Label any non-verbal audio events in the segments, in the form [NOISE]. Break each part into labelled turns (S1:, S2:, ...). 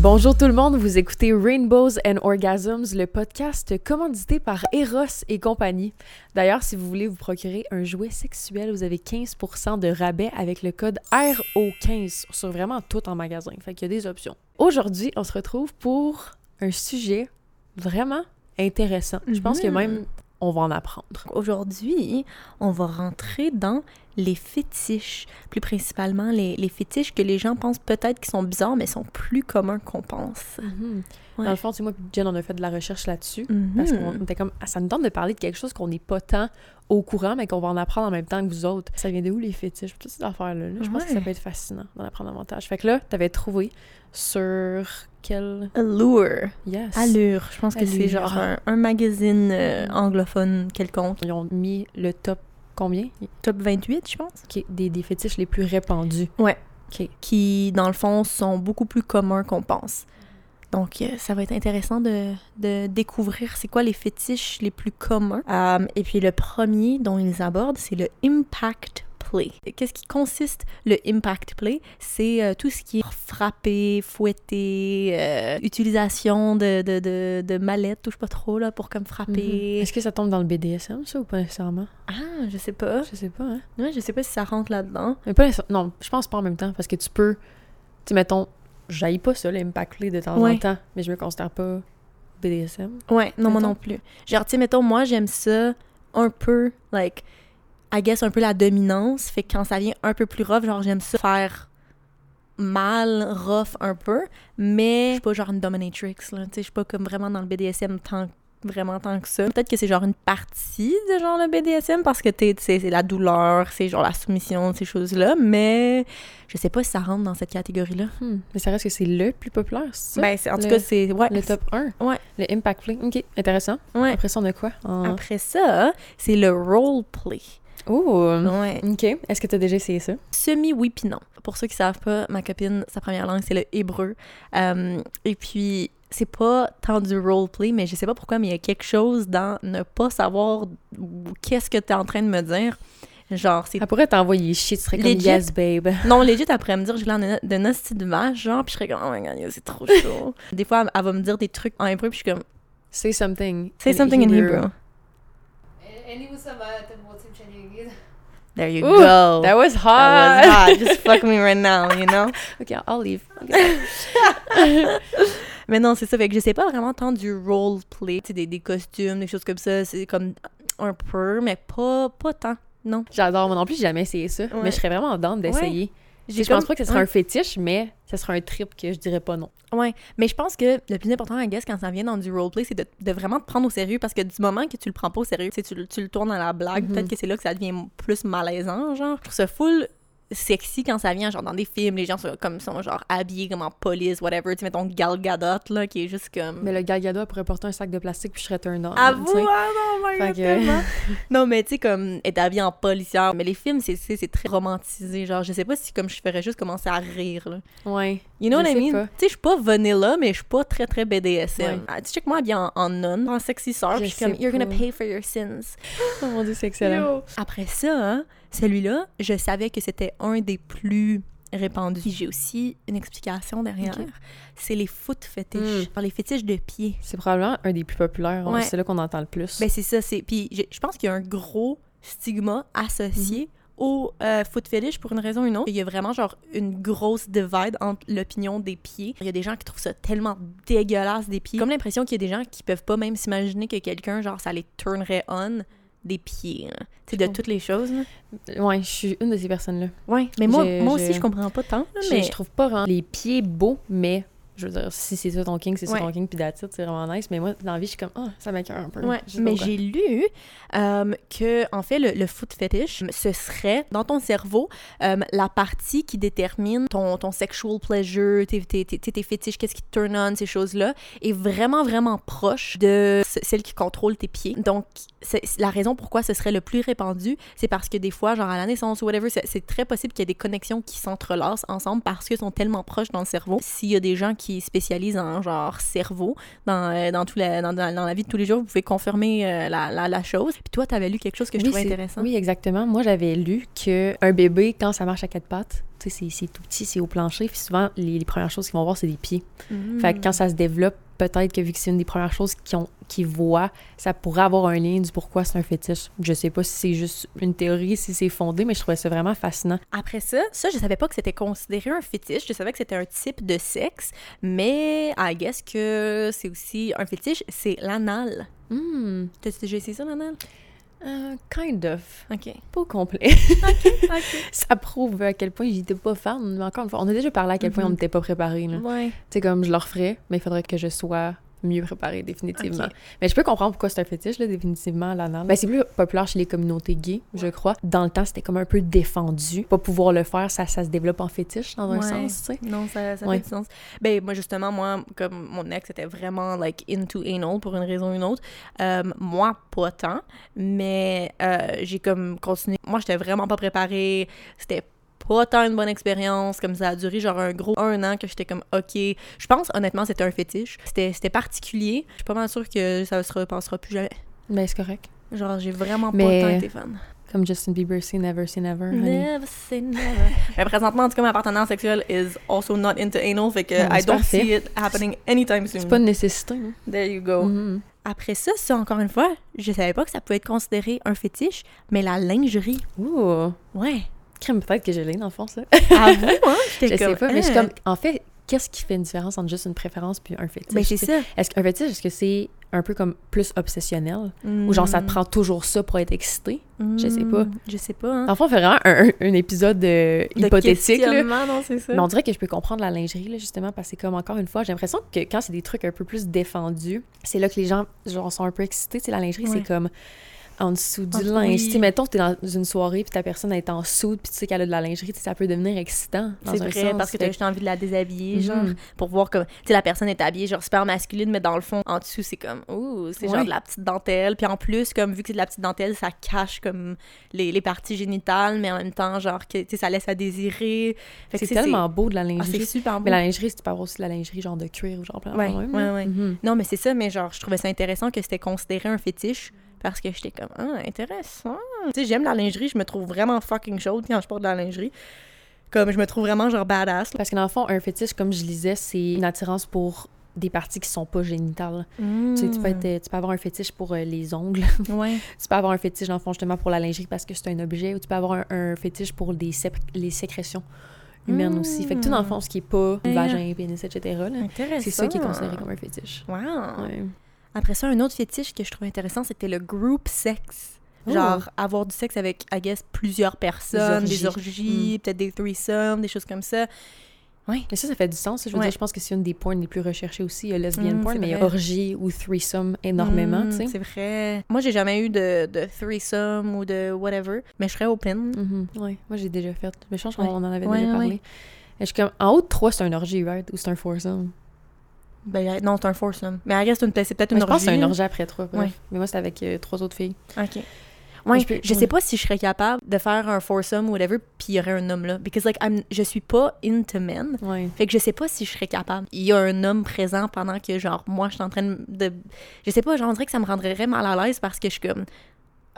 S1: Bonjour tout le monde, vous écoutez Rainbows and Orgasms, le podcast commandité par Eros et compagnie. D'ailleurs, si vous voulez vous procurer un jouet sexuel, vous avez 15% de rabais avec le code RO15 sur vraiment tout en magasin. Fait qu'il y a des options. Aujourd'hui, on se retrouve pour un sujet vraiment intéressant. Je pense que
S2: Mhm.
S1: même on va en apprendre.
S2: Aujourd'hui, on va rentrer dans les fétiches, plus principalement les, les fétiches que les gens pensent peut-être qui sont bizarres, mais sont plus communs qu'on pense.
S1: Dans
S2: Mhm. Ouais.
S1: le fond, c'est moi et Jen, on a fait de la recherche là-dessus.
S2: Mhm.
S1: Parce qu'on était comme, Ah, ça nous tente de parler de quelque chose qu'on n'est pas tant au courant, mais qu'on va en apprendre en même temps que vous autres. Ça vient de où les fétiches? Toutes ces affaires-là. là? je pense que ça
S2: Ouais.
S1: peut être fascinant d'en apprendre davantage. Fait que là, t'avais trouvé sur quel.
S2: Allure.
S1: Yes.
S2: Allure, je pense que c'est
S1: Allure.
S2: genre un, un magazine euh, anglophone quelconque.
S1: Ils ont mis le top combien?
S2: Top 28, je pense.
S1: Ok, Des, des fétiches les plus répandus.
S2: Qui, dans le fond, sont beaucoup plus communs qu'on pense. Donc, euh, ça va être intéressant de, de découvrir c'est quoi les fétiches les plus communs. Euh, et puis, le premier dont ils abordent, c'est le impact play. Qu'est-ce qui consiste le impact play? C'est euh, tout ce qui est frapper, fouetter, euh, utilisation de, de, de, de mallettes, touche pas trop, là, pour comme
S1: Ah,
S2: frapper.
S1: Hmm. Est-ce que ça tombe dans le BDSM, ça, ou pas nécessairement?
S2: Ah, je sais pas.
S1: Je sais pas, hein?
S2: Ouais, je sais pas si ça rentre là-dedans.
S1: Mais pas nécessaire- Non, je pense pas en même temps, parce que tu peux. Tu sais, mettons, j'aille pas ça, l'impact de temps en
S2: Ouais.
S1: temps, mais je me considère pas BDSM.
S2: Ouais, non, moi
S1: Mettons.
S2: non plus. Genre, tu sais, mettons, moi, j'aime ça un peu, like, I guess, un peu la dominance. Fait que quand ça vient un peu plus rough, genre, j'aime ça faire mal, rough un peu, mais je suis pas genre une dominatrix, là. Tu sais, je suis pas comme vraiment dans le BDSM tant vraiment tant que ça. Peut-être que c'est genre une partie de genre le BDSM parce que t'es- tu sais, c'est la douleur, c'est genre la soumission, ces choses-là, mais je sais pas si ça rentre dans cette catégorie-là.
S1: Hmm, Mais ça reste que c'est le plus populaire, c'est ça?
S2: Ben, c'est- en tout
S1: le-
S2: cas, c'est... Ouais,
S1: le top 1?
S2: Ouais.
S1: Le Impact Play. OK, intéressant.
S2: Ouais.
S1: Après ça, on a quoi? En-
S2: Après ça, c'est le role play.
S1: Oh!
S2: Ouais.
S1: OK. Est-ce que tu as déjà essayé ça?
S2: Semi oui puis non. Pour ceux qui savent pas, ma copine, sa première langue c'est le hébreu. Euh, et puis c'est pas tant du role play, mais je sais pas pourquoi, mais il y a quelque chose dans ne pas savoir où- qu'est-ce que t'es en train de me dire. Genre c'est
S1: Elle pourrait t'envoyer chier, tu serais comme
S2: Legit.
S1: Yes, babe.
S2: non, legit, elle pourrait me dire, je l'ai en de de nasty de vache, genre, puis je serais comme, oh my god, yo, c'est trop chaud. des fois, elle, elle va me dire des trucs en hébreu, puis je suis comme,
S1: Say something.
S2: say something in Hebrew.
S3: אין לי מושג מה אתם רוצים שאני אגיד.
S2: There you
S1: Ooh,
S2: go.
S1: That was hot!
S2: That was hot. Just fuck me right now, you know?
S1: [LAUGHS] OK, I'll leave. OK.
S2: Mais non, c'est ça. Fait que je sais pas vraiment tant du role play, tu sais, des, des costumes, des choses comme ça. C'est comme un peu, mais pas, pas tant. Non.
S1: J'adore. Moi non plus, j'ai jamais essayé ça, mais
S2: Ouais.
S1: je serais vraiment en dente d'essayer. Tu sais, Je pense pas que ce serait un fétiche, mais ce serait un trip que je dirais pas non.
S2: Ouais. Mais je pense que le plus important, I guess, quand ça vient dans du roleplay, c'est de, de vraiment te prendre au sérieux parce que du moment que tu le prends pas au sérieux, tu, sais, tu, le- tu le tournes dans la blague,
S1: Mhm.
S2: peut-être que c'est là que ça devient plus malaisant, genre. Je trouve ça full sexy quand ça vient, genre dans des films, les gens sont comme sont genre habillés comme en police, whatever. Tu sais, mettons Gal Gadot, là, qui est juste comme.
S1: Mais le galgado pourrait porter un sac de plastique puis je serais un homme.
S2: Mm. À vous,
S1: hein,
S2: ah non, my
S1: Fait
S2: God,
S1: que-
S2: tellement. [LAUGHS] non, mais tu sais, comme, être habillée en policière. Mais les films, c'est- c'est c'est très romantisé. Genre, je sais pas si, comme, je ferais juste commencer à rire, là.
S1: Ouais.
S2: You know
S1: Je
S2: what I
S1: sais
S2: mean?
S1: pas.
S2: Tu sais, je suis pas vanilla, mais je suis pas très, très BDSM.
S1: Ouais.
S2: Ah, tu sais que moi, habillée en, en nonne, en sexy sœur,
S1: Je
S2: puis je suis comme,
S1: sais
S2: you're gonna
S1: pas.
S2: pay for your sins.
S1: Oh mon dieu, c'est excellent.
S2: Yo. Après ça, hein, celui-là, je savais que c'était un des plus répandus. Puis J'ai aussi une explication derrière.
S1: Ok.
S2: C'est les foot fétiches.
S1: Mm.
S2: Par les fétiches de pieds.
S1: C'est probablement un des plus populaires. hein.
S2: Ouais.
S1: C'est là qu'on entend le plus.
S2: Ben c'est ça, c'est puis je, je pense qu'il y a un gros stigma associé au euh, foot fetish pour une raison ou une autre. Il y a vraiment genre une grosse divide entre l'opinion des pieds. Il y a des gens qui trouvent ça tellement dégueulasse des pieds. Comme l'impression qu'il y a des gens qui peuvent pas même s'imaginer que quelqu'un genre ça les turnerait on des pieds. hein. Tu sais de
S1: comprends.
S2: toutes les choses. là.
S1: Ouais, je suis une de ces personnes-là.
S2: Ouais, mais moi
S1: J'ai-
S2: moi
S1: j'ai-
S2: aussi je comprends pas tant là,
S1: Je-
S2: mais
S1: Je trouve pas vraiment les pieds beaux, mais je veux dire, si c'est ça ton king, c'est ça
S2: Ouais.
S1: ton king, puis that's it, c'est vraiment nice. Mais moi, dans la vie, je suis comme, ah, ça m'écoeure un peu.
S2: Ouais,
S1: Je sais
S2: mais
S1: pas pourquoi.
S2: j'ai lu euh, que, en fait, le, le foot fétiche, ce serait dans ton cerveau euh, la partie qui détermine ton, ton sexual pleasure, tes, tes, tes, tes- tes fétiches, qu'est-ce qui te turn on, ces choses-là, est vraiment, vraiment proche de ce- celle qui contrôle tes pieds. Donc, c'est- c'est la raison pourquoi ce serait le plus répandu, c'est parce que des fois, genre à la naissance ou whatever, c'est- c'est très possible qu'il y ait des connexions qui s'entrelacent ensemble parce qu'ils sont tellement proches dans le cerveau. S'il y a des gens qui qui spécialise en genre cerveau dans, euh, dans, tout la, dans, dans- dans la vie de tous les jours. Vous pouvez confirmer euh, la, la, la chose. Puis toi, tu avais lu quelque chose que je
S1: Oui,
S2: trouvais
S1: c'est-
S2: intéressant.
S1: Oui, exactement. Moi, j'avais lu que un bébé, quand ça marche à quatre pattes, tu sais, c'est- c'est tout petit, c'est au plancher, puis souvent, les, les premières choses qu'ils vont voir, c'est des pieds.
S2: Mhm.
S1: Fait que quand ça se développe, peut-être que vu que c'est une des premières choses qu'ils ont- qu'ils voient, ça pourrait avoir un lien du pourquoi c'est un fétiche. Je sais pas si c'est juste une théorie, si c'est fondé, mais je trouvais ça vraiment fascinant.
S2: Après ça, ça, je savais pas que c'était considéré un fétiche. Je savais que c'était un type de sexe, mais I guess que c'est aussi un fétiche, c'est l'anal.
S1: Hmm,
S2: T'as déjà essayé ça, l'anal?
S1: euh, kind of.
S2: OK.
S1: Pas au complet. [LAUGHS] ça prouve à quel point j'étais pas fan, mais encore une fois, on a déjà parlé à quel point
S2: Mhm.
S1: on n'était pas préparé. là.
S2: Ouais.
S1: Tu sais, comme je le referais, mais il faudrait que je sois mieux préparée, définitivement.
S2: Ok.
S1: Mais je peux comprendre pourquoi c'est un fétiche, là, définitivement, l'anal. Ben, c'est plus populaire chez les communautés gays, je crois. Dans le temps, c'était comme un peu défendu. Pas pouvoir le faire, ça, ça se développe en fétiche, dans un
S2: Ouais.
S1: sens, tu sais.
S2: [LAUGHS] Non, ça, ça
S1: Ouais.
S2: fait du sens. Ben, moi, justement, moi, comme mon ex était vraiment, like, into anal pour une raison ou une autre, euh, moi, pas tant, mais euh, j'ai comme continué. Moi, j'étais vraiment pas préparée. C'était pas tant une bonne expérience, comme ça a duré genre un gros un an que j'étais comme ok. Je pense honnêtement c'était un fétiche. C'était c'était particulier. Je suis pas mal sûre que ça se repassera plus jamais.
S1: Ben, c'est correct.
S2: Genre j'ai vraiment
S1: Mais-
S2: pas tant été fan.
S1: Comme Justin Bieber, c'est never, c'est never, honey.
S2: Never say never. [LAUGHS] Mais présentement, en tout cas, ma partenaire sexuelle is also not into anal, fait que
S1: Non, mais
S2: I
S1: c'est
S2: don't
S1: parfait.
S2: see it happening anytime soon.
S1: C'est pas une nécessité, hein. non?
S2: There you go.
S1: Mhm.
S2: Mm. Après ça, ça, encore une fois, je savais pas que ça pouvait être considéré un fétiche, mais la lingerie,
S1: Ouh!
S2: [LAUGHS] ouais.
S1: Crime, peut-être que j'ai l'ai, dans le fond, ça.
S2: À vous, hein?
S1: je sais pas, mais je suis
S2: hein.
S1: comme... En fait, qu'est-ce qui fait une différence entre juste une préférence puis un fétiche?
S2: Ben,
S1: tu
S2: c'est
S1: sais?
S2: ça.
S1: Est-ce qu'un fétiche, est-ce que c'est un peu comme plus obsessionnel? Ou genre,
S2: Mm.
S1: ça te prend toujours ça pour être excité? je sais pas.
S2: Je sais pas, hein.
S1: Dans le fond, on fait vraiment un, un- un épisode euh,
S2: De
S1: hypothétique. là.
S2: questionnement, non, c'est ça.
S1: Mais on dirait que je peux comprendre la lingerie, là, justement, parce que comme encore une fois, j'ai l'impression que quand c'est des trucs un peu plus défendus, c'est là que les gens genre, sont un peu excités. Tu sais, la lingerie,
S2: Ouais.
S1: c'est comme en dessous du
S2: Ah,
S1: linge.
S2: oui.
S1: Tu sais, mettons, t'es dans une soirée, puis ta personne elle est en soude, puis tu sais qu'elle a de la lingerie, tu sais, ça peut devenir excitant. dans
S2: C'est
S1: un
S2: vrai,
S1: sens.
S2: parce que t'as
S1: Fait
S2: juste envie de la déshabiller,
S1: Mhm.
S2: genre, pour voir comme, tu sais, la personne est habillée, genre, super masculine, mais dans le fond, en dessous, c'est comme, ouh, c'est
S1: Ouais.
S2: genre de la petite dentelle. Puis en plus, comme, vu que c'est de la petite dentelle, ça cache, comme, les, les parties génitales, mais en même temps, genre, que, tu sais, ça laisse à désirer. Fait que
S1: c'est tellement beau de la
S2: Ah, c'est
S1: lingerie.
S2: super beau.
S1: mais la lingerie, c'est pas avoir aussi de la lingerie genre de cuir ou genre plein de
S2: Ouais,
S1: affaires de
S2: ouais,
S1: même, là.
S2: ouais.
S1: Mhm.
S2: Non, mais c'est ça, mais genre, je trouvais ça intéressant que c'était considéré un fétiche parce que j'étais comme, ah, intéressant. Tu sais, j'aime la lingerie, je me trouve vraiment fucking chaude quand je porte de la lingerie. Comme, je me trouve vraiment, genre, badass. là.
S1: Parce que dans le fond, un fétiche, comme je lisais, c'est une attirance pour des parties qui sont pas génitales. Tu, sais, tu
S2: Mm.
S1: peux être, euh, tu peux avoir un fétiche pour euh, les ongles, [LAUGHS]
S2: Ouais.
S1: tu peux avoir un fétiche dans le fond justement pour la lingerie parce que c'est un objet, ou tu peux avoir un, un fétiche pour des sép- les sécrétions humaines aussi. Fait que tout dans le fond, ce qui est pas
S2: Mm.
S1: vagin, pénis, etc. là,
S2: Intéressant.
S1: C'est ça qui est considéré comme un fétiche.
S2: Wow.
S1: Ouais.
S2: Après ça, un autre fétiche que je trouvais intéressant, c'était le group sex.
S1: Oh.
S2: Genre, avoir du sexe avec, I guess, plusieurs personnes,
S1: Des Hmm.
S2: des orgies, peut-être des threesomes, des choses comme ça.
S1: Mais ça, ça fait du sens. Je veux
S2: Ouais.
S1: dire, je pense que c'est une des pornes les plus recherchées aussi. Il y a lesbian
S2: Mm,
S1: porn,
S2: c'est
S1: mais il y a
S2: vrai.
S1: orgie ou threesome énormément,
S2: Mm,
S1: tu sais.
S2: C'est vrai. Moi, j'ai jamais eu de, de threesome ou de whatever, mais je serais open.
S1: Mhm. Ouais, moi j'ai déjà fait. Mais je pense qu'on
S2: Mm-hmm. Ouais.
S1: en avait
S2: Ouais,
S1: déjà
S2: ouais,
S1: parlé.
S2: ouais.
S1: Et je suis comme, en haut de 3, c'est un orgie, right? Ou c'est un foursome?
S2: Ben, non, c'est un foursome. Mais I guess, c'est une- c'est peut-être
S1: Mais
S2: une
S1: je pense
S2: orgie.
S1: que c'est un orgie après 3.
S2: Ouais.
S1: Mais moi, c'était avec 3 trois autres filles.
S2: OK.
S1: Mais
S2: Ouais,
S1: je
S2: je,
S1: peux- ouais.
S2: sais pas si je serais capable de faire un foursome ou whatever, puis il y aurait un homme là. Because, like, I'm- je suis pas into men.
S1: Ouais.
S2: Fait que je sais pas si je serais capable. Il y a un homme présent pendant que, genre, moi, je suis en train de- de. Je sais pas, genre, on dirait que ça me rendrait mal à l'aise parce que je suis comme.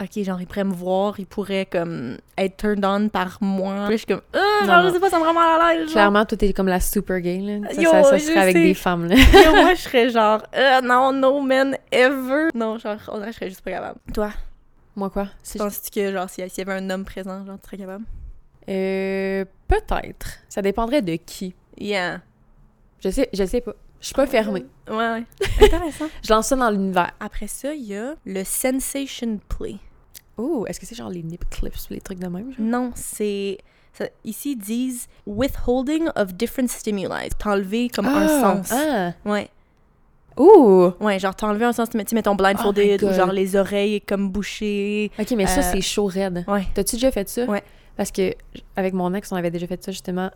S2: Ok, genre, il pourrait me voir, il pourrait, comme, être turned on par moi. Puis là, je suis comme. Ah,
S1: Non,
S2: genre,
S1: non.
S2: je sais pas, ça me rend mal à l'aise. genre.
S1: Clairement, toi, t'es comme la super gay, là. Ça,
S2: Yo,
S1: ça, ça
S2: je
S1: serait avec
S2: sais.
S1: des femmes, là.
S2: [LAUGHS]
S1: [LAUGHS]
S2: Puis moi, je serais genre. Ah, non, no man ever. Non, genre, on dirait que je serais juste pas capable. Toi,
S1: Moi, quoi? Si je-
S2: penses-tu que, genre, s'il y s'il y avait un homme présent, genre, tu serais capable?
S1: Euh, Peut-être. Ça dépendrait de qui.
S2: Yeah.
S1: Je sais, je sais pas. Je suis pas fermée.
S2: Ah, Ouais, ouais. Intéressant.
S1: Je lance ça dans l'univers.
S2: Après ça, il y a le sensation play.
S1: Oh, est-ce que c'est genre les nip clips ou les trucs de même? genre?
S2: Non, c'est. ça- ici, ils disent withholding of different stimuli. T'enlever comme un
S1: Ah,
S2: sens.
S1: Ah!
S2: Ouais.
S1: Ouh!
S2: Ouais, genre t'enlever un sens. Tu mets- tu mets ton
S1: Oh my
S2: blindfolded
S1: God.
S2: ou genre les oreilles comme bouchées.
S1: Ok, mais ça,
S2: Euh,
S1: c'est chaud raide.
S2: Ouais.
S1: T'as-tu déjà fait ça?
S2: Ouais.
S1: Parce que, j- avec mon ex, on avait déjà fait ça, justement.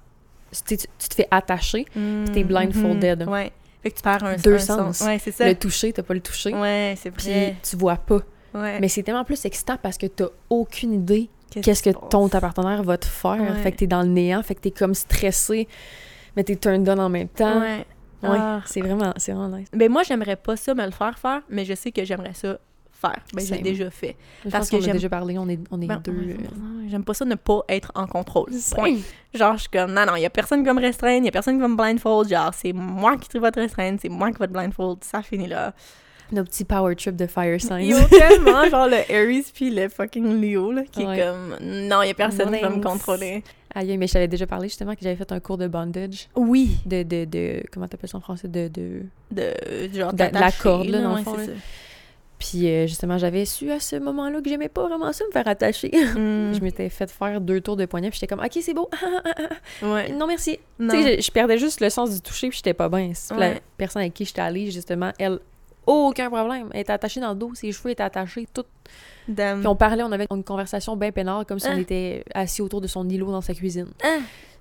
S1: Tu, tu- tu te fais attacher. t'es
S2: Mhm.
S1: blindfolded.
S2: Ouais. Fait que tu perds un,
S1: Deux
S2: un
S1: sens.
S2: Ouais, c'est ça.
S1: Le toucher, t'as pas le toucher.
S2: Ouais, c'est
S1: Puis
S2: vrai.
S1: tu vois pas.
S2: Ouais.
S1: Mais c'est tellement plus excitant parce que t'as aucune idée
S2: Qu'est-ce
S1: qu'est-ce que
S2: qui se
S1: ton ta
S2: passe?
S1: partenaire va te faire.
S2: Ouais.
S1: Fait que t'es dans le néant, fait que t'es comme stressé, mais t'es turned on en même temps.
S2: Ouais.
S1: Ouais,
S2: Ah.
S1: c'est vraiment, c'est vraiment nice.
S2: Ben moi, j'aimerais pas ça me le faire faire, mais je sais que j'aimerais ça faire. Ben, j'ai
S1: Same.
S2: déjà fait.
S1: Je
S2: Parce
S1: pense qu'on
S2: que
S1: a
S2: j'aime-
S1: déjà parlé, on est, on est
S2: Ben,
S1: deux.
S2: ouais,
S1: euh,
S2: ouais, J'aime pas ça ne pas être en contrôle. Point.
S1: Same.
S2: Genre, je suis comme, non, non, il y a personne qui va me restreindre, il y a personne qui va me blindfold. Genre, c'est moi qui va te restreindre, c'est moi qui va te blindfold. Ça finit là.
S1: Notre petit power trip de fire signs.
S2: Yo, tellement, [LAUGHS] genre le Aries puis le fucking Léo, là, qui
S1: Ouais.
S2: est comme, non, il y a personne qui va me
S1: Mince.
S2: contrôler.
S1: Aïe, aïe, mais je t'avais déjà parlé justement que j'avais fait un cours de bondage.
S2: Oui.
S1: De, de, de comment t'appelles ça en français? De, de...
S2: De, genre,
S1: De- de la
S2: t'attacher,
S1: corde, là, dans le
S2: ouais,
S1: fond,
S2: c'est
S1: là. Puis euh, justement, j'avais su à ce moment-là que j'aimais pas vraiment ça me faire attacher. [LAUGHS]
S2: ça. Mm,
S1: Je m'étais fait faire deux tours de poignet, puis j'étais comme, OK, c'est beau. Ah, ah, ah, ah.
S2: ouais.
S1: Non, merci. Tu
S2: Non.
S1: sais, je, je perdais juste le sens du toucher, puis j'étais pas bien. Puis La
S2: Ouais.
S1: personne avec qui j'étais allée, justement, elle, aucun problème. Elle était attachée dans le dos, ses cheveux étaient attachés, tout.
S2: Damn.
S1: Puis on parlait, on avait une conversation bien peinard, comme si on
S2: Mm. Ah.
S1: était assis autour de son îlot dans sa cuisine.
S2: Ah.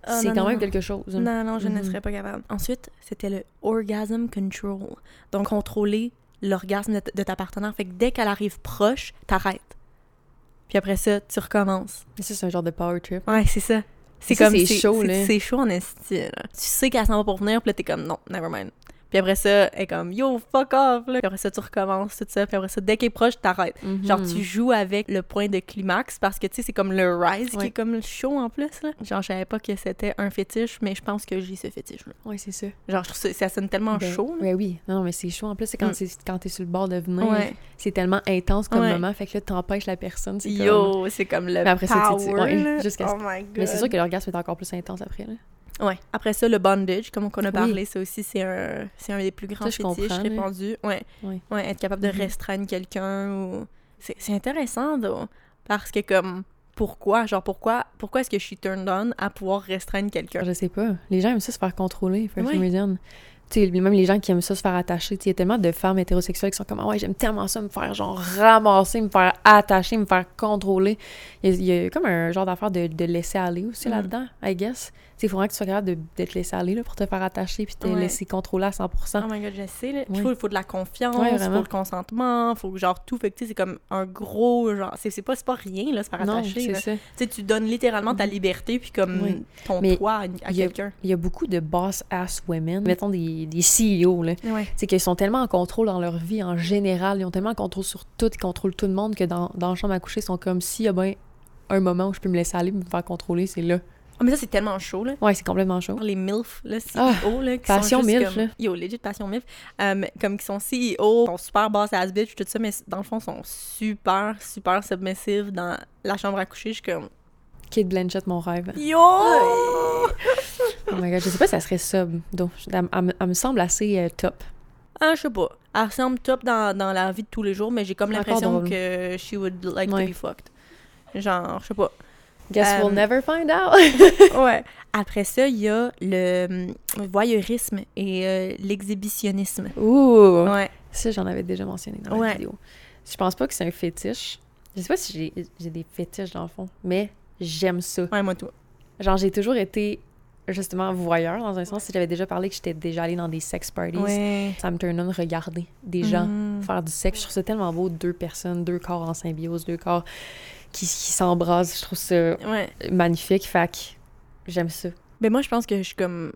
S2: Oh,
S1: c'est
S2: non,
S1: quand
S2: non,
S1: même
S2: non.
S1: quelque chose.
S2: Non, non, je ne
S1: Mhm.
S2: serais pas capable. Ensuite, c'était le orgasm control. Donc, contrôler l'orgasme de, t- de ta partenaire. Fait que dès qu'elle arrive proche, t'arrêtes. Puis après ça, tu recommences.
S1: Mais ça, c'est un genre de power trip.
S2: Ouais, c'est ça. C'est
S1: Ça,
S2: comme.
S1: c'est chaud, là.
S2: C'est chaud en esti, là. Tu sais qu'elle s'en va pour venir, puis là, t'es comme, non, never mind. Puis après ça, elle est comme, yo, fuck off, là. Puis après ça, tu recommences, tout ça. Puis après ça, dès qu'elle est proche, t'arrêtes. Genre,
S1: Mhm.
S2: tu joues avec le point de climax parce que, tu sais, c'est comme le rise qui
S1: Ouais.
S2: est comme le show en plus, là. Genre, je savais pas que c'était un fétiche, mais je pense que j'ai ce fétiche-là.
S1: Ouais, c'est ça.
S2: Genre, je trouve ça, ça sonne tellement
S1: Ben,
S2: chaud. là.
S1: Ouais, oui. Non, non, mais c'est chaud. En plus, c'est quand
S2: Mm.
S1: c'est quand t'es sur le bord de venir.
S2: Ouais.
S1: C'est tellement intense comme
S2: Ouais.
S1: moment, fait que là, t'empêches la personne. c'est comme- oh
S2: Yo, c'est comme le
S1: Mais après ça, tu- tu-
S2: power.
S1: ouais,
S2: là.
S1: jusqu'à
S2: oh my god.
S1: Mais c'est sûr que l'orgasme est encore plus intense après. Là.
S2: Ouais. Après ça, le bondage, comme on a
S1: Oui.
S2: parlé, ça aussi, c'est un, c'est un des plus grands
S1: Ça, je
S2: fétiches
S1: comprends, là.
S2: répandus. Ouais.
S1: Ouais.
S2: ouais. être capable de
S1: Mhm.
S2: restreindre quelqu'un ou... C'est, c'est intéressant, though. Parce que, comme, pourquoi? Genre, pourquoi, pourquoi est-ce que je suis turned on à pouvoir restreindre quelqu'un?
S1: Je sais pas. Les gens aiment ça se faire contrôler, First
S2: Ouais.
S1: Meridian. Tu sais, même les gens qui aiment ça se faire attacher. Tu sais, Il y a tellement de femmes hétérosexuelles qui sont comme Ah ouais, j'aime tellement ça me faire genre ramasser, me faire attacher, me faire contrôler. Il y a, il y a comme un genre d'affaire de, de laisser aller aussi
S2: Mhm.
S1: là-dedans, I guess. Tu sais, Il faut vraiment que tu sois capable de, de te laisser aller là, pour te faire attacher puis te
S2: Ouais.
S1: laisser contrôler à 100
S2: Oh my god, je sais. là. Puis
S1: Ouais.
S2: faut, faut de la confiance,
S1: Ouais,
S2: faut
S1: vraiment.
S2: le consentement, faut genre tout. Fait que, tu sais, c'est comme un gros genre. C'est, c'est pas, c'est pas rien, là, se faire
S1: Non,
S2: attacher.
S1: c'est
S2: là.
S1: ça. Mhm.
S2: Tu sais, tu donnes littéralement ta liberté puis comme
S1: Oui.
S2: ton
S1: Mais
S2: poids à, à
S1: il y a-
S2: quelqu'un.
S1: Il y a beaucoup de boss-ass women, mettons des, des CEO, là,
S2: Ouais.
S1: c'est qu'ils sont tellement en contrôle dans leur vie en général, ils ont tellement en contrôle sur tout, ils contrôlent tout le monde que dans, dans la chambre à coucher, ils sont comme s'il y a ben un moment où je peux me laisser aller, me faire contrôler, c'est là.
S2: Ah, mais ça, c'est tellement chaud, là.
S1: Ouais, c'est complètement chaud.
S2: Les MILF, là, CEO,
S1: Ah,
S2: là, qui
S1: passion
S2: sont juste
S1: MILF,
S2: comme...
S1: là.
S2: Yo, legit passion MILF. Euh, comme qui sont CEO, sont super boss ass bitch, tout ça, mais dans le fond, sont super, super submissives dans la chambre à coucher. Je suis comme...
S1: Kate Blanchett, mon rêve.
S2: Yo!
S1: Oh my god, je sais pas si ça serait sub, donc je- elle, elle me- elle me semble assez euh, top.
S2: Ah, je sais pas. Elle ressemble top dans, dans la vie de tous les jours, mais j'ai comme
S1: Encore
S2: l'impression
S1: drôle.
S2: que she would like
S1: Ouais.
S2: to be fucked. Genre, je
S1: [LAUGHS]
S2: sais pas.
S1: Guess
S2: Euh,
S1: we'll never find out. [LAUGHS]
S2: ouais. Après ça, il y a le hum, voyeurisme et euh, l'exhibitionnisme.
S1: Ouh!
S2: Ouais.
S1: Ça, j'en avais déjà mentionné dans la
S2: Ouais.
S1: vidéo. Je pense pas que c'est un fétiche. Je sais pas si j'ai- j'ai des fétiches dans le fond, mais j'aime ça.
S2: Ouais, moi tout.
S1: Genre, j'ai toujours été justement voyeur dans un sens. J'avais déjà parlé que j'étais déjà allée dans des sex parties.
S2: Ouais. Hum.
S1: Ça me turn on de regarder des gens faire du sexe. Je trouve ça tellement beau, deux personnes, deux corps en symbiose, deux corps qui, qui s'embrassent. Je trouve ça
S2: Ouais.
S1: magnifique. Fait que j'aime ça.
S2: Mais Ben, moi, je pense que je suis comme.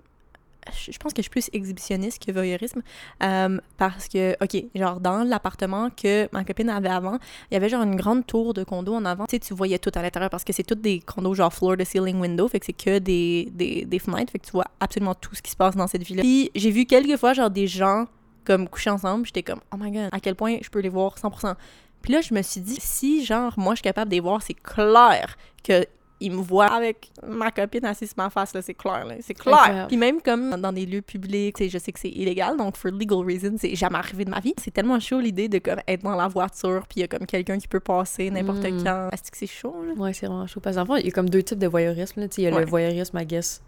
S2: Je je pense que je suis plus exhibitionniste que voyeurisme. euh, parce que, OK, genre, dans l'appartement que ma copine avait avant, il y avait genre une grande tour de condo en avant. Tu sais, tu voyais tout à l'intérieur parce que c'est toutes des condos genre floor to ceiling window. Fait que c'est que des, des, des fenêtres. Fait que tu vois absolument tout ce qui se passe dans cette ville-là. Puis j'ai vu quelques fois, genre, des gens comme coucher ensemble. J'étais comme, oh my god, à quel point je peux les voir 100%. Puis là, je me suis dit, si, genre, moi, je suis capable de les voir, c'est clair que il me voit avec ma copine assise sur ma face, là, c'est clair, là, c'est clair.
S1: Incroyable.
S2: Puis même comme dans des lieux publics, tu sais, je sais que c'est illégal, donc for legal reasons, c'est jamais arrivé de ma vie. C'est tellement chaud l'idée de comme être dans la voiture, puis il y a comme quelqu'un qui peut passer n'importe
S1: Mm.
S2: quand. Est-ce que c'est chaud, là?
S1: Ouais, c'est vraiment chaud. Parce qu'en fond, il y a comme deux types de voyeurisme. là. Tu sais, Il y a
S2: Ouais.
S1: le voyeurisme, I guess.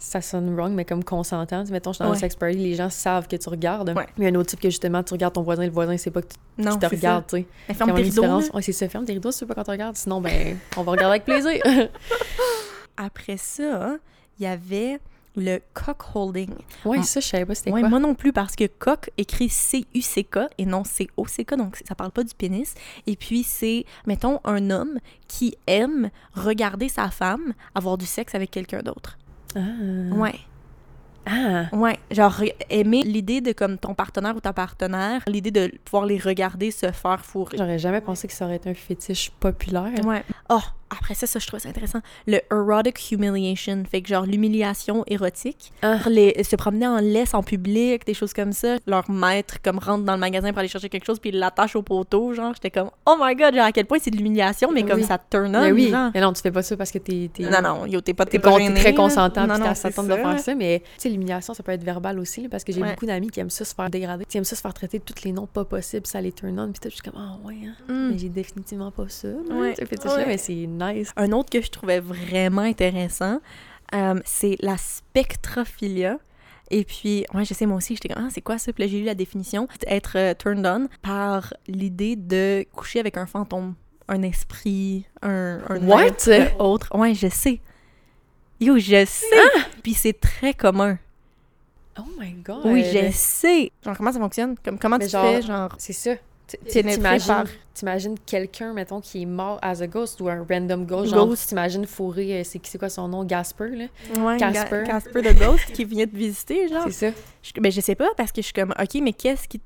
S1: Ça sonne wrong, mais comme consentant. Tu sais, Mettons, je suis dans un
S2: Ouais.
S1: sex party, les gens savent que tu regardes.
S2: Ouais.
S1: Mais il y a un autre type que justement, tu regardes ton voisin, le voisin, c'est pas que tu
S2: Non,
S1: qui te
S2: c'est
S1: regarde, tu sais.
S2: ça.
S1: Il
S2: Mais
S1: y
S2: ferme
S1: a
S2: tes
S1: une
S2: rideaux, là.
S1: différence. Ouais, c'est ça. Ferme tes rideaux si tu veux pas qu'on te regarde. Sinon, ben, on va regarder avec plaisir.
S2: Après ça, il y avait le cock holding.
S1: ouais, Ah, ça, je savais pas c'était
S2: [LAUGHS] Ouais,
S1: quoi.
S2: moi non plus, parce que coq écrit C-U-C-K et non C-O-C-K, donc ça parle pas du pénis. Et puis, c'est, mettons, un homme qui aime regarder sa femme avoir du sexe avec quelqu'un d'autre.
S1: Ah.
S2: Ouais.
S1: Ah!
S2: Ouais, genre aimer l'idée de comme ton partenaire ou ta partenaire, l'idée de pouvoir les regarder se faire fourrer.
S1: J'aurais jamais pensé que ça aurait été un fétiche populaire.
S2: Ouais. Oh, après ça, ça je trouve ça intéressant. Le erotic humiliation, fait que genre l'humiliation érotique.
S1: Ah.
S2: Les, se promener en laisse en public, des choses comme ça. Leur maître comme rentre dans le magasin pour aller chercher quelque chose puis il l'attache au poteau, genre j'étais comme oh my god, genre à quel point c'est de l'humiliation mais comme
S1: Oui.
S2: ça te turn on,
S1: Mais oui,
S2: genre.
S1: mais non, tu fais pas ça parce que t'es... t'es-
S2: Non non, yo t'es pas
S1: T'es
S2: pas
S1: con- t'es
S2: gêné,
S1: très
S2: là.
S1: consentant,
S2: Non,
S1: puis
S2: non,
S1: t'as ça
S2: c'est
S1: tente de
S2: ça.
S1: faire ça, mais tu sais, l'humiliation, ça peut être verbal aussi, là, parce que j'ai
S2: Ouais.
S1: beaucoup d'amis qui aiment ça se faire dégrader, qui aiment ça se faire traiter de tous les noms pas possibles, ça les turn on, puis t'es juste comme, ah ouais, hein,
S2: Mm.
S1: mais j'ai définitivement pas ça,
S2: Ouais.
S1: ouais. ce fétiche-là,
S2: Ouais.
S1: mais c'est nice.
S2: Un autre que je trouvais vraiment intéressant, euh, c'est la spectrophilia. Et puis, ouais, je sais, moi aussi, j'étais comme, ah, c'est quoi ça? Puis là, j'ai lu la définition. C'est être euh, turned on par l'idée de coucher avec un fantôme, un esprit, un. un
S1: What?
S2: être, euh, autre. Ouais, je sais. Yo, je sais! Puis c'est très commun.
S1: Oh my god!
S2: Oui, je sais! Genre, comment ça fonctionne? Comme, comment
S1: Mais
S2: tu
S1: genre-
S2: fais, genre.
S1: C'est ça. Tu- tu-
S2: T'es pénétré
S1: T'imagines
S2: par-
S1: t'imagines quelqu'un, mettons, qui est mort as a ghost ou un random ghost, genre,
S2: Ghost.
S1: t'imagines fourré, euh, c'est c'est quoi son nom, Gasper, là?
S2: Ouais, Ga-
S1: Casper.
S2: Casper de Ghost qui vient te visiter, genre.
S1: C'est ça.
S2: Je, ben, je sais pas parce que je suis comme, OK, mais qu'est-ce qui,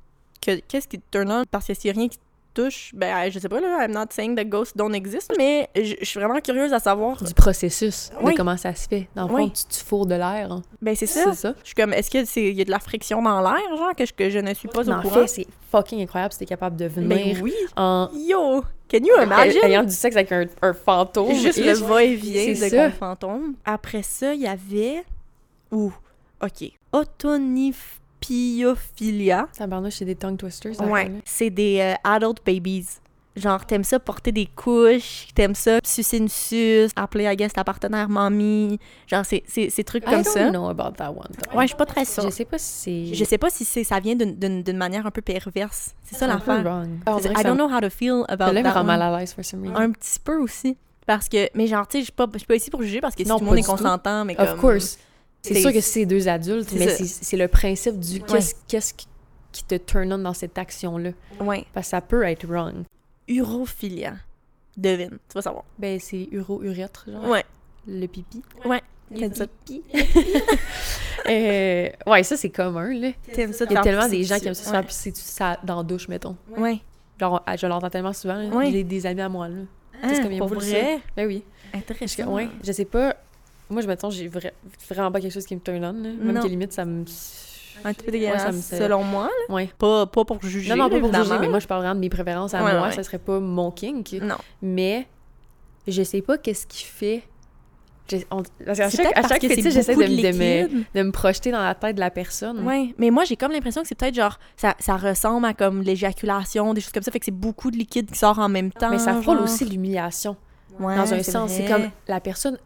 S2: que- qu'est-ce qui te turn on? Parce que s'il y a rien qui te touche, ben, je sais pas, là, I'm not saying that ghosts don't exist, mais je, je suis vraiment curieuse à savoir.
S1: Du processus,
S2: Oui.
S1: de comment ça se fait. Dans le
S2: Oui.
S1: fond, tu, tu fourres de l'air. hein.
S2: Ben, c'est ça.
S1: C'est ça.
S2: Je suis comme, est-ce qu'il y a de la friction dans l'air, genre, que je, que je ne suis pas
S1: Mais
S2: au
S1: en
S2: courant?
S1: fait, c'est fucking incroyable si t'es capable de venir
S2: mais oui.
S1: en
S2: Yo! Can you
S1: ay-
S2: imagine?
S1: ayant du sexe avec un, un fantôme.
S2: Juste
S1: Et
S2: le
S1: je-
S2: va-et-vient
S1: C'est
S2: de
S1: ça.
S2: mon fantôme. Après ça, il y avait. Ouh, OK. Autonipiophilia.
S1: Tabarnouche, c'est des tongue twisters. ça,
S2: Ouais.
S1: là.
S2: C'est des euh, adult babies. Genre, t'aimes ça porter des couches, t'aimes ça sucer une suce, appeler, I guess, ta partenaire mamie. Genre, c'est, c'est, ces trucs
S1: I
S2: comme
S1: don't
S2: ça.
S1: know about that one. though.
S2: Ouais, je suis pas très
S1: Je
S2: sûre.
S1: sais pas si c'est...
S2: Je sais pas si c'est, ça vient d'une, d'une, d'une manière un peu perverse. C'est ça
S1: un peu
S2: l'affaire.
S1: wrong. Ah, on
S2: C'est-
S1: dirait que
S2: I
S1: ça
S2: don't know how to feel about
S1: Là, me
S2: that
S1: rend
S2: one.
S1: mal à l'aise for some reason.
S2: Un petit peu aussi. Parce que, mais genre, tu sais, je suis pas, je suis pas ici pour juger parce que si
S1: Non,
S2: tout le
S1: pas
S2: monde est
S1: du tout.
S2: consentant, mais comme...
S1: Of course. C'est
S2: c'est-
S1: sûr que c'est deux adultes,
S2: c'est
S1: mais
S2: ça.
S1: c'est c'est le principe du
S3: Ouais.
S1: qu'est-ce qu'est-ce qui- qui te turn on dans cette action-là.
S2: Ouais.
S1: Parce que ça peut être wrong.
S2: Urophilia. Devine, tu vas savoir.
S1: Ben, c'est uro-urètre, genre.
S2: Ouais.
S1: Le pipi.
S2: Ouais.
S1: Le
S2: T'aimes ça,
S1: pipi. [LAUGHS] Euh, ouais, ça, c'est commun, là.
S2: T'aimes ça,
S1: Il y a tellement des gens qui aiment ça se faire pisser dessus, ça dans la douche, mettons.
S2: Ouais.
S1: Genre, on- je l'entends tellement souvent. là.
S2: Ouais.
S1: J'ai des amis à moi, là.
S2: Ah,
S1: comme il y a
S2: pour
S1: beaucoup de
S2: vrai?
S1: Ben oui. Parce que,
S2: Intéressant.
S1: ouais, je sais pas. Moi, je mettons, j'ai vra- vraiment pas quelque chose qui me turn on, là. Même
S2: Non.
S1: que limite, ça me.
S2: Un petit peu
S1: Ouais, ça
S2: dégueulasse,
S1: me fait-
S2: selon moi. là.
S1: Ouais.
S2: Pas, pas pour juger.
S1: Non, non, pas pour
S2: évidemment.
S1: juger, mais moi, je parle vraiment de mes préférences à
S2: Ouais,
S1: moi.
S2: ouais.
S1: Ça serait pas mon kink.
S2: Non.
S1: Mais je sais pas qu'est-ce qui fait. Je- on- Parce qu'à
S2: C'est
S1: chaque,
S2: peut-être
S1: à
S2: parce
S1: chaque
S2: que c'est
S1: fétiche, j'essaie de,
S2: beaucoup de
S1: me- Hmm. de
S2: liquide.
S1: me, de me projeter dans la tête de la personne.
S2: Ouais, mais moi j'ai comme l'impression que c'est peut-être genre ça, ça ressemble à comme l'éjaculation, des choses comme ça, fait que c'est beaucoup de liquide qui sort en même temps.
S1: Mais ça frôle
S2: genre.
S1: aussi l'humiliation.
S2: Ah, Ouais,
S1: dans un
S2: c'est
S1: sens, c'est
S2: vrai.
S1: comme la personne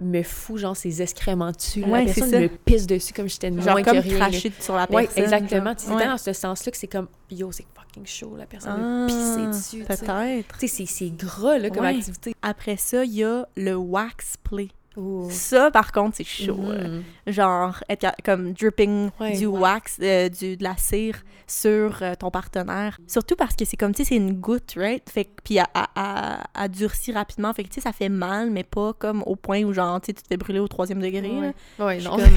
S1: me fout genre ses excréments dessus.
S2: Ouais,
S1: la
S2: c'est
S1: personne
S2: ça.
S1: me pisse dessus comme j'étais de
S2: genre
S1: moins que
S2: comme
S1: rien. là.
S2: cracher sur la
S1: Ouais,
S2: personne.
S1: exactement.
S2: genre.
S1: Tu sais,
S2: Ouais.
S1: dans ce sens-là que c'est comme yo, c'est fucking chaud, la personne
S2: Ah,
S1: me pisser dessus. tu sais.
S2: Peut-être.
S1: Tu sais, c'est- c'est gras là, comme
S2: Ouais.
S1: activité.
S2: Après ça, il y a le wax play.
S1: Oh.
S2: Ça, par contre, c'est chaud. euh. là.
S1: Mhm.
S2: genre être ca- comme dripping
S1: Ouais.
S2: du wax euh, du de la cire sur euh, ton partenaire surtout parce que c'est comme tu sais c'est une goutte right fait que puis à, à, à- à durcir rapidement fait que tu sais ça fait mal mais pas comme au point où genre tu sais, tu te fais brûler au troisième degré là.
S1: Ouais. Ouais,
S2: Je suis
S1: non.
S2: [LAUGHS] comme-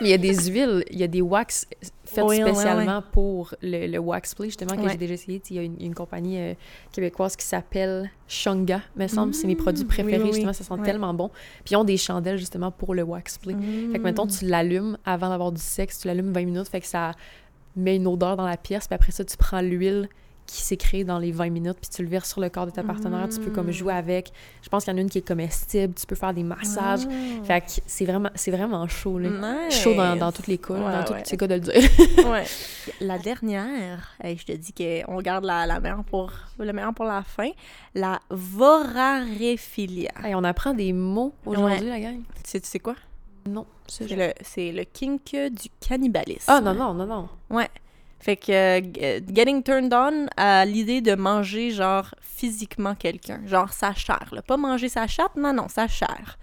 S1: Mais il y a des huiles, il y a des wax faites
S2: Oil, ouais,
S1: spécialement pour le, le wax play, justement, que
S2: Ouais.
S1: j'ai déjà essayé. Il y a une, une compagnie euh, québécoise qui s'appelle Shunga, me semble. c'est mes produits
S2: Mm, oui,
S1: préférés,
S2: oui, oui.
S1: justement, ça sent
S2: Ouais.
S1: tellement bon. Puis ils ont des chandelles, justement, pour le wax play. Fait que, mettons,
S2: Mm.
S1: tu l'allumes avant d'avoir du sexe, tu l'allumes 20 minutes, fait que ça met une odeur dans la pièce, puis après ça, tu prends l'huile qui s'est créée dans les 20 minutes, puis tu le verses sur le corps de ta partenaire, tu peux
S2: Mm.
S1: comme jouer avec. Je pense qu'il y en a une qui est comestible, tu peux faire des massages.
S2: Ah.
S1: Fait que c'est vraiment, c'est vraiment chaud, là.
S2: Nice.
S1: Chaud dans, dans toutes les coules,
S2: Ouais,
S1: dans tous
S2: ouais.
S1: c'est quoi de le dire.
S2: [LAUGHS]
S1: [LAUGHS]
S2: Ouais. la dernière hey, je te dis que on garde la, la meilleure pour le meilleur pour la fin la voraréphilia
S1: Hey, on apprend des mots aujourd'hui, la gang.
S2: tu sais tu sais quoi
S1: Non, ça,
S2: c'est
S1: je-
S2: le c'est le kink du cannibalisme
S1: Ah non, non, non, non.
S2: Ouais. Fait que euh, g- euh, getting turned on à l'idée de manger genre physiquement quelqu'un, genre sa chair, là. pas manger sa chatte, non non, sa chair.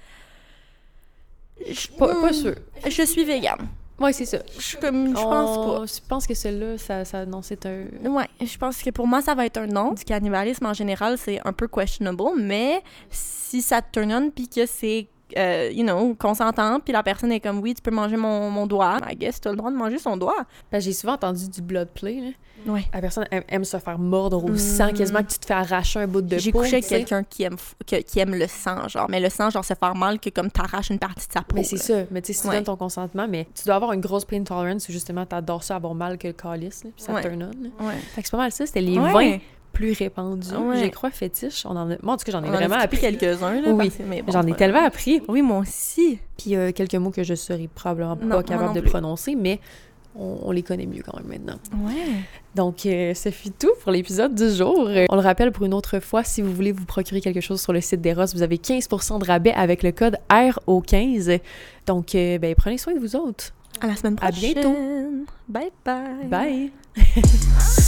S2: Je
S1: Pas, pas
S2: hmm,
S1: sûr.
S2: Je suis végane.
S1: Ouais, c'est ça.
S2: Je suis comme je pense
S1: On-
S2: pas.
S1: Je pense que celle-là, ça, ça, non, c'est un...
S2: Ouais, je pense que pour moi ça va être un non. Du cannibalisme en général, c'est un peu questionable, mais si ça te turn on puis que c'est euh, you know, consentant, puis la personne est comme, oui, tu peux manger mon, mon doigt. I guess, tu as le droit de manger son doigt.
S1: Parce que j'ai souvent entendu du blood play. Là.
S2: Ouais.
S1: La personne aime, aime se faire mordre au
S2: Mm.
S1: sang, quasiment que tu te fais arracher un bout de peau.
S2: J'ai couché avec
S1: tu sais.
S2: quelqu'un qui aime, f- que- qui aime le sang, genre, mais le sang, genre, se faire mal que comme t'arraches une partie de sa peau.
S1: Mais c'est
S2: là.
S1: ça. Mais tu sais, si tu
S2: Ouais.
S1: donnes ton consentement, mais tu dois avoir une grosse pain tolerance où justement t'adores ça avoir mal que le calice, là, puis ça
S2: Ouais.
S1: te turn on. là.
S2: Ouais.
S1: Fait que c'est pas mal ça. C'était les
S2: Ouais.
S1: vins plus répandus.
S2: Ouais.
S1: J'ai crois fétiche. On en a... Moi, en tout cas, j'en ai
S2: On en a
S1: vraiment
S2: pris
S1: appris.
S2: quelques-uns, là.
S1: Oui.
S2: parce que- mais bon,
S1: J'en ai
S2: voilà.
S1: tellement appris.
S2: Oui, moi aussi.
S1: Puis euh, quelques mots que je serais probablement
S2: Non,
S1: pas
S2: moi
S1: capable
S2: non
S1: de
S2: plus.
S1: prononcer, mais on, on les connaît mieux quand même maintenant.
S2: Ouais.
S1: Donc, euh, ce fut tout pour l'épisode du jour. Euh, on le rappelle pour une autre fois, si vous voulez vous procurer quelque chose sur le site d'Eros, vous avez 15% de rabais avec le code RO15. Donc, euh, ben, prenez soin de vous autres.
S2: À la semaine
S1: À
S2: prochaine.
S1: bientôt.
S2: Bye bye.
S1: Bye!